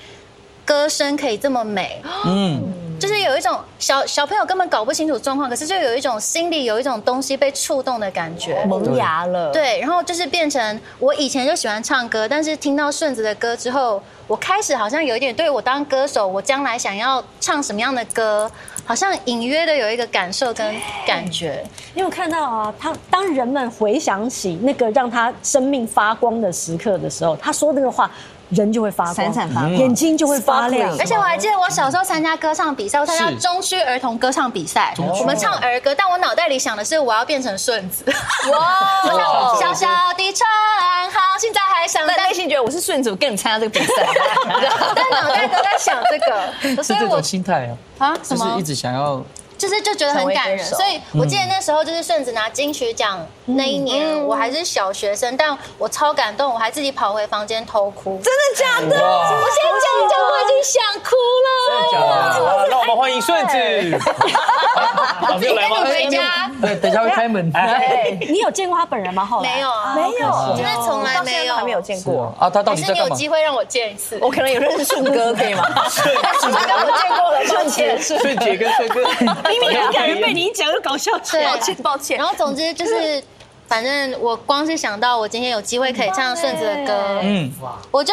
Speaker 10: 歌声可以这么美，嗯，就是有一种小小朋友根本搞不清楚状况，可是就有一种心里有一种东西被触动的感觉。
Speaker 3: 萌芽了，
Speaker 10: 对，然后就是变成我以前就喜欢唱歌，但是听到顺子的歌之后，我开始好像有一点对我当歌手，我将来想要唱什么样的歌，好像隐约的有一个感受跟感觉。
Speaker 4: 你有看到啊？他当人们回想起那个让他生命发光的时刻的时候，他说那个话，人就会发光，
Speaker 8: 闪闪
Speaker 6: 嗯
Speaker 8: 发光
Speaker 4: 眼睛就会发亮
Speaker 8: Sparkling。
Speaker 3: 哎
Speaker 10: 而且我还记得我小时候参加歌唱比赛，我参加中区儿童歌唱比赛，我们唱儿歌，但我脑袋里想的是我要变成顺子。
Speaker 3: 哦
Speaker 10: 哇！我想小小的船，航行在海上，
Speaker 3: 但
Speaker 10: 但
Speaker 3: 内心觉得我是顺子，我跟你参加这个比 赛，
Speaker 10: 但脑袋都在想这个，
Speaker 6: 是
Speaker 10: 所以
Speaker 6: 这
Speaker 10: 我
Speaker 6: 种心态啊，
Speaker 10: 啊
Speaker 6: 就
Speaker 10: 什
Speaker 6: 是
Speaker 10: 么
Speaker 6: 一直想要
Speaker 10: 就是就觉得很感人，
Speaker 3: 成为歌手
Speaker 10: 所以我记得那时候就是顺子拿金曲奖那一年，
Speaker 3: 嗯
Speaker 10: 我还是小学生，但我超感动，我还自己跑回房间偷哭。真的假的？我现在讲一讲我已经想哭了。
Speaker 11: 哇让我们欢迎顺子，老师有来吗？
Speaker 10: 哎回家
Speaker 6: 对，等一下会开门。
Speaker 4: 哎你有见过他本人吗？后
Speaker 3: 哎
Speaker 4: 来
Speaker 10: 没有，啊，
Speaker 4: 没有
Speaker 3: 哦
Speaker 10: 真的从来没有，
Speaker 3: 还没有。见
Speaker 6: 是
Speaker 3: 过。
Speaker 6: 啊，啊他到
Speaker 10: 可
Speaker 6: 底
Speaker 10: 是
Speaker 6: 在
Speaker 10: 你
Speaker 6: 干
Speaker 10: 有
Speaker 6: 嘛？
Speaker 10: 机会让我见一次。
Speaker 3: 我可能有认识顺哥，可以吗？顺哥我见过了，抱歉，
Speaker 11: 顺姐跟顺哥，
Speaker 4: 你一讲就搞笑起
Speaker 10: 对，
Speaker 3: 抱歉，抱歉。
Speaker 10: 然后总之 就是，反正我光是想到我今天有机会可以唱顺子的歌，
Speaker 3: 欸
Speaker 10: 嗯，我就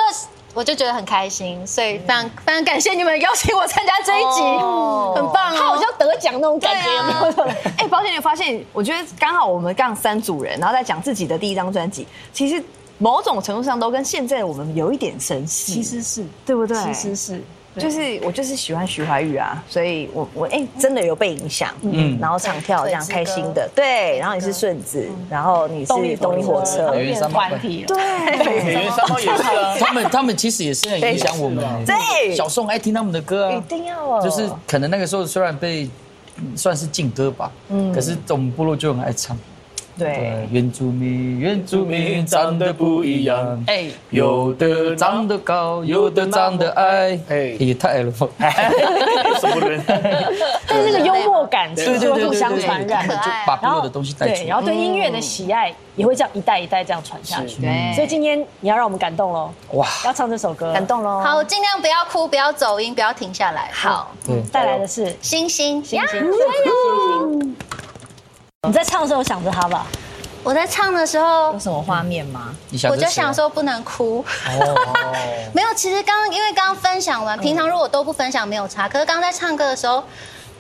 Speaker 10: 我就觉得很开心，所以非常
Speaker 3: 嗯
Speaker 10: 非常感谢你们邀请我参加这
Speaker 3: 哦
Speaker 10: 一集，很棒
Speaker 12: 他好
Speaker 10: 哦。
Speaker 12: 像得奖那种感觉，
Speaker 10: 对
Speaker 12: 有没
Speaker 10: 啊
Speaker 12: 有？
Speaker 3: 哎，保险你有发现，我觉得刚好我们刚三组人，然后再讲自己的第一张专辑，其实某种程度上都跟现在我们有一点神似，
Speaker 4: 其实是，
Speaker 3: 对不对？
Speaker 4: 其实是，
Speaker 3: 就是我就是喜欢徐怀钰啊，所以我我哎、真的有被影响，嗯，然后唱跳这样开心的，对，然后你是顺子，然后你是动力火车，
Speaker 6: 有点团
Speaker 4: 体
Speaker 11: 演员三猫也是啊，
Speaker 6: 他们他们其实也是很影响我们欸。
Speaker 3: 对
Speaker 6: 小宋爱听他们的歌啊，
Speaker 3: 一定要哦
Speaker 6: 就是可能那个时候虽然被嗯算是禁歌吧，嗯，可是我们部落就很爱唱。
Speaker 3: 对
Speaker 6: 呃，原住民，原住民长得不一样，哎，有的长得高，有的长得矮，哎
Speaker 11: 哎，
Speaker 6: 也太矮了吧。
Speaker 10: 哎
Speaker 11: 什么人？
Speaker 4: 但
Speaker 10: 啊
Speaker 4: 是那个幽默感
Speaker 6: 对
Speaker 4: 是
Speaker 6: 对
Speaker 4: 就会
Speaker 6: 对
Speaker 4: 互
Speaker 6: 对
Speaker 4: 相
Speaker 6: 对，
Speaker 4: 传
Speaker 6: 他
Speaker 4: 染
Speaker 6: 们。就把部落的东西带出
Speaker 4: 对，然
Speaker 6: 来
Speaker 4: 后。对音乐的喜爱也会这样一代一代这样传下去。
Speaker 3: 对
Speaker 4: 所以今天你要让我们感动喽，
Speaker 6: 哇，
Speaker 4: 要唱这首歌，
Speaker 3: 感动喽。
Speaker 10: 好，我尽量不要哭，不要走音，不要停下来。好，
Speaker 6: 对，
Speaker 4: 带来的是
Speaker 10: 星星，星星。
Speaker 4: 你在唱的时候想着他吧，
Speaker 10: 我在唱的时候
Speaker 3: 有，什么画面吗？
Speaker 6: 你想
Speaker 10: 我就
Speaker 6: 这些啊
Speaker 10: 想，说不能哭。
Speaker 6: 哦，
Speaker 10: 没有，其实刚刚因为刚刚分享完，平常如果都不分享没有差，可是刚刚在唱歌的时候，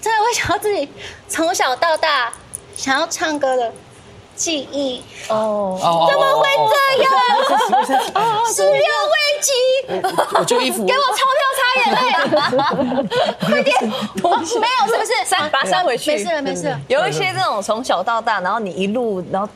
Speaker 10: 真的会想到自己从小到大想要唱歌的记忆，
Speaker 6: 怎
Speaker 10: 怎么会这样？始料未及，
Speaker 6: 我就衣服
Speaker 10: 给我钞票擦眼泪，快点！我没有，是不是？
Speaker 3: 删把它删回去嗯
Speaker 10: 没事了，没事了。
Speaker 3: 有一些这种从小到大，然后你一路然后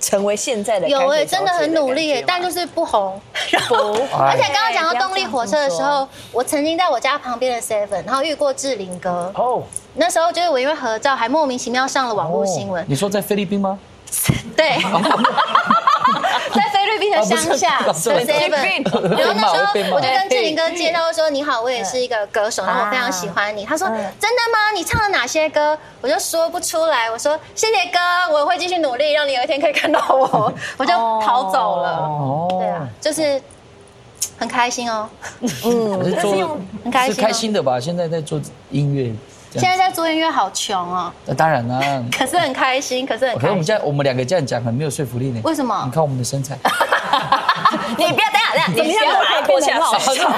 Speaker 3: 成为现在的
Speaker 10: 有
Speaker 3: 哎、
Speaker 10: 哎，真的很努力哎，但就是不红。
Speaker 6: 啊哎
Speaker 10: 而且刚刚讲到动力火车的时候，我曾经在我家旁边的 Seven，然后遇过志玲哥。
Speaker 11: 哦，
Speaker 10: 那时候就是我因为合照还莫名其妙上了网络新闻
Speaker 6: 哦，你说在菲律宾吗？
Speaker 10: 对， 在菲律宾的乡下
Speaker 6: 啊不是
Speaker 10: 的 Seven，然后那时
Speaker 6: 被骂哎
Speaker 10: 候我就
Speaker 3: 被骂
Speaker 10: 跟志玲哥介绍说：“你好，我也是一个歌手，然后我非
Speaker 6: 啊
Speaker 10: 常喜欢你。”他说：“真的吗？你唱了哪些歌？”我就说不出来。我说：“谢谢哥，我会继续努力，让你有一天可以看到我。”我就逃走了。对
Speaker 6: 哦
Speaker 10: 啊，，就是很开心哦。
Speaker 6: 我是做
Speaker 10: 很开心哦
Speaker 6: 是开心的吧？现在在做音乐，这
Speaker 10: 现
Speaker 6: 样
Speaker 10: 在在做音乐好穷哦，
Speaker 6: 那当然啦。
Speaker 10: 可是很开心，可是很
Speaker 6: 可是我
Speaker 10: 开
Speaker 6: 们
Speaker 10: 心。
Speaker 6: 这样，我们两个这样讲很没有说服力呢。
Speaker 10: 为什么
Speaker 6: 你看我们的身材，
Speaker 3: 你不要等一下等一下，你先把它脱下来。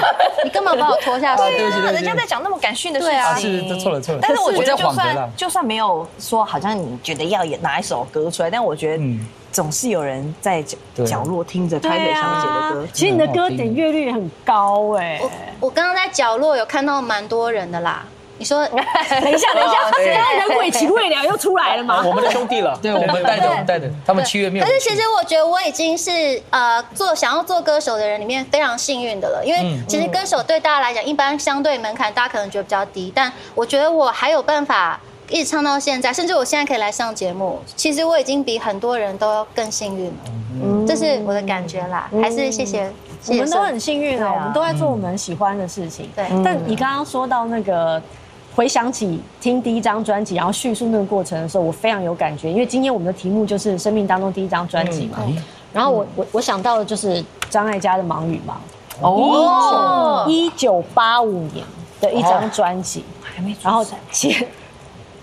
Speaker 10: 你干嘛把我拖下水？
Speaker 6: 哦对不起对不起
Speaker 3: 人家在讲那么感训的事
Speaker 10: 对啊
Speaker 6: 啊，
Speaker 3: 情，
Speaker 6: 是这错了错了。
Speaker 3: 但是我觉得
Speaker 6: 在
Speaker 3: 就
Speaker 6: 晃的啦
Speaker 3: 算。就算没有说好像你觉得要演哪一首歌出来，但我觉得
Speaker 6: 嗯
Speaker 3: 总是有人在角
Speaker 6: 对啊
Speaker 3: 角落听着开水小姐的
Speaker 10: 啊
Speaker 3: 歌。
Speaker 4: 其实你的歌点阅率很高哎。
Speaker 10: 我我刚刚在角落有看到蛮多人的啦。你说，
Speaker 4: 等一下，啊等一下，刚刚人鬼情未了又出来了嘛？
Speaker 11: 我们的兄弟了，
Speaker 6: 对，我们带的，我们带的，他们七月没有
Speaker 10: 可
Speaker 6: 回去。
Speaker 10: 是其实我觉得我已经是呃做想要做歌手的人里面非常幸运的了，因为其实嗯歌手对大家来讲，一般相对门槛大家可能觉得比较低，但我觉得我还有办法一直唱到现在，甚至我现在可以来上节目，其实我已经比很多人都更幸运了，这是我的感觉啦，还是谢谢，
Speaker 4: 我
Speaker 10: 谢谢
Speaker 4: 们都
Speaker 10: 宋
Speaker 4: 很幸运啊，我们都在做我们喜欢的事情。
Speaker 10: 对
Speaker 4: 但你刚刚说到那个。回想起听第一张专辑，然后叙述那个过程的时候，我非常有感觉，因为今天我们的题目就是生命当中第一张专辑嘛。然后我我我想到的哦就是张艾嘉的《盲与盲》，哦，一九八五年，的一张专辑，哦还没，然后其实。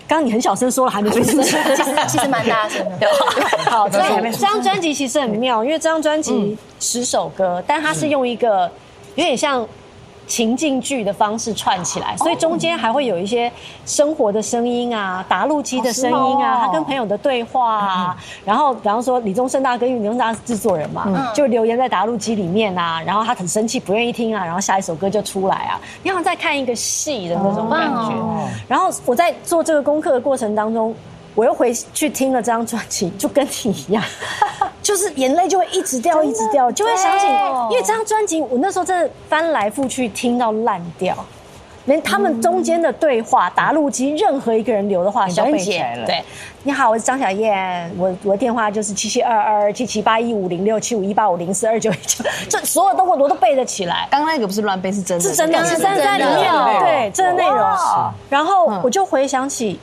Speaker 4: 刚刚你很小声说了还没出 声，
Speaker 10: 其实其实蛮大声的。
Speaker 4: 好，这这张专辑其实很妙，因为这张专辑十首歌，但它是用一个有点像情境剧的方式串起来，所以中间还会有一些生活的声音啊、打录机的声音啊，他跟朋友的对话啊，然后比方说李宗盛大哥，因为李宗盛大哥是制作人嘛，就留言在打录机里面啊，然后他很生气不愿意听啊，然后下一首歌就出来啊，你好像在看一个戏的那种感觉。然后我在做这个功课的过程当中，我又回去听了这张专辑，就跟你一样，就是眼泪就会一直掉，一直掉，就会想起，因为这张专辑我那时候真的翻来覆去听到烂掉。连他们中间的对话、答录机，任何一个人留的话，小燕姐，对，你好，我是张小燕，我我的电话就是七七二二七七八一五零六七五一八五零四二九一九，这所有的我我都背得起来。
Speaker 3: 刚刚那个不是乱背，是真的，
Speaker 4: 是真的，是真的在里面，对，真的内容。然后我就回想起，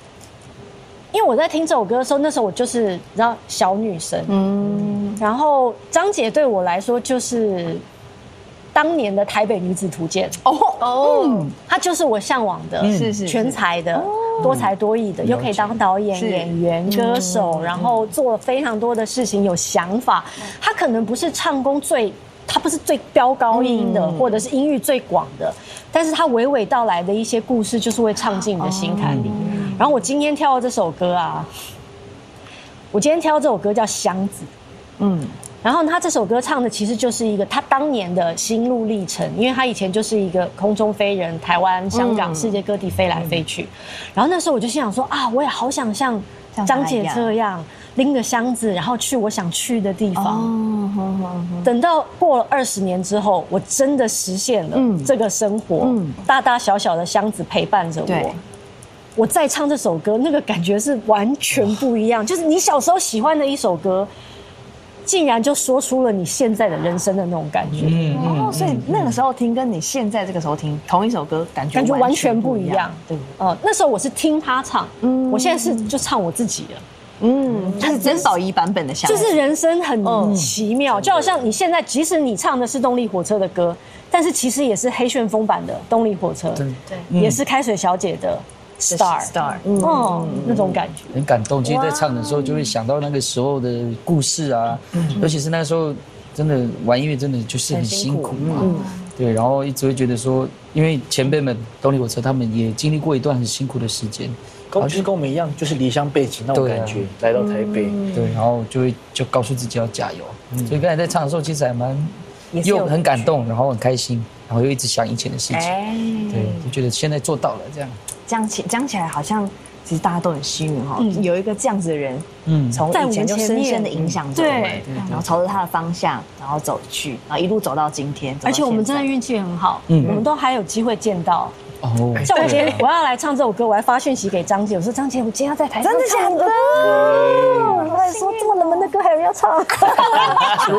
Speaker 4: 因为我在听这首歌的时候，那时候我就是你知道小女生，嗯，然后张姐对我来说就是当年的台北女子图鉴哦哦，她就是我向往的，是是全才的。多才多艺的，又可以当导演、演员、歌手，然后做了非常多的事情，有想法。她可能不是唱功最他不是最飙高音的，或者是音域最广的，但是他娓娓道来的一些故事，就是会唱进你的心坎里。然后我今天挑的这首歌啊，我今天挑这首歌叫《箱子》，嗯，然后他这首歌唱的其实就是一个他当年的心路历程，因为他以前就是一个空中飞人，台湾、香港、世界各地飞来飞去。然后那时候我就心想说啊，我也好想像张姐这样拎着箱子，然后去我想去的地方。等到过了二十年之后，我真的实现了这个生活，大大小小的箱子陪伴着我。我再唱这首歌，那个感觉是完全不一样。就是你小时候喜欢的一首歌，竟然就说出了你现在的人生的那种感觉，
Speaker 3: 哦，所
Speaker 6: 嗯
Speaker 3: 以那个时候听跟你现在这个时候听同一首歌，感觉
Speaker 4: 感觉完全不一样。嗯
Speaker 3: 对，
Speaker 4: 呃，那时候我是听他唱，我现在是就唱我自己的。
Speaker 3: 就是曾宝仪版本的像，
Speaker 4: 就是人生很奇妙，就好像你现在，即使你唱的是动力火车的歌，但是其实也是黑旋风版的动力火车，对对，也是开水小姐的 Star
Speaker 3: Star
Speaker 4: 嗯，那种感觉。
Speaker 6: 很感动。其实，在唱的时候就会想到那个时候的故事啊，尤其是那时候真的玩音乐，真的就是很辛苦嘛。对，然后一直会觉得说，因为前辈们动力火车他们也经历过一段很辛苦的时间，
Speaker 11: 跟就是跟我们一样，就是离乡背景那种
Speaker 6: 对啊
Speaker 11: 感觉，来到台北，
Speaker 6: 对，然后就会就告诉自己要加油。所以刚才在唱的时候，其实还蛮又很感动，然后很开心，然后又一直想以前的事情，
Speaker 3: 哎，
Speaker 6: 对，就觉得现在做到了这样。
Speaker 3: 讲起讲起来好像。其实大家都很虚荣哈，
Speaker 4: 嗯
Speaker 3: 有一个这样子的人，
Speaker 6: 嗯
Speaker 3: 从
Speaker 4: 在我
Speaker 3: 以
Speaker 4: 们
Speaker 3: 前就
Speaker 4: 前
Speaker 3: 深
Speaker 4: 面
Speaker 3: 深的影响着我
Speaker 4: 对
Speaker 3: 们
Speaker 4: 对，
Speaker 3: 嗯然后朝着他的方向，然后走去，然后一路走到今天。
Speaker 4: 而且我们真的
Speaker 3: 遇
Speaker 4: 运气很好，
Speaker 6: 嗯
Speaker 4: 我们都还有机会见到。
Speaker 6: 哦，
Speaker 8: 哎
Speaker 4: 像我今天我要来唱这首歌，我还发讯息给张姐，我说张姐，我今天要在台上唱
Speaker 12: 假的？我还说这么冷门的歌还有人要唱，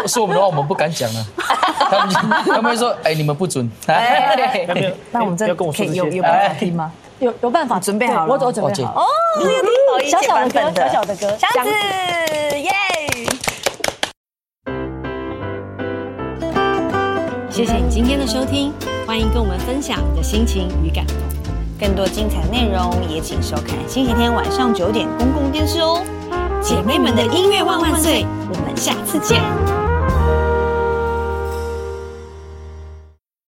Speaker 6: 是是我们的话，我们不敢讲了。他们就他们会说，哎，你们不准。
Speaker 11: 那边
Speaker 3: 哎那我们真
Speaker 11: 要
Speaker 3: 的
Speaker 11: 跟我
Speaker 3: 可
Speaker 11: 说这
Speaker 3: 以有有
Speaker 11: 些，哎
Speaker 3: 办法听吗？
Speaker 4: 有有办法
Speaker 3: 准备好了
Speaker 4: 对我我准备好了。哦，小小的歌，小小的歌，
Speaker 3: 箱子耶！
Speaker 4: 谢谢你今天的收听，欢迎跟我们分享你的心情与感动。
Speaker 3: 更多精彩内容也请收看星期天晚上九点公共电视哦。姐妹们的音乐万万岁，我们下次见。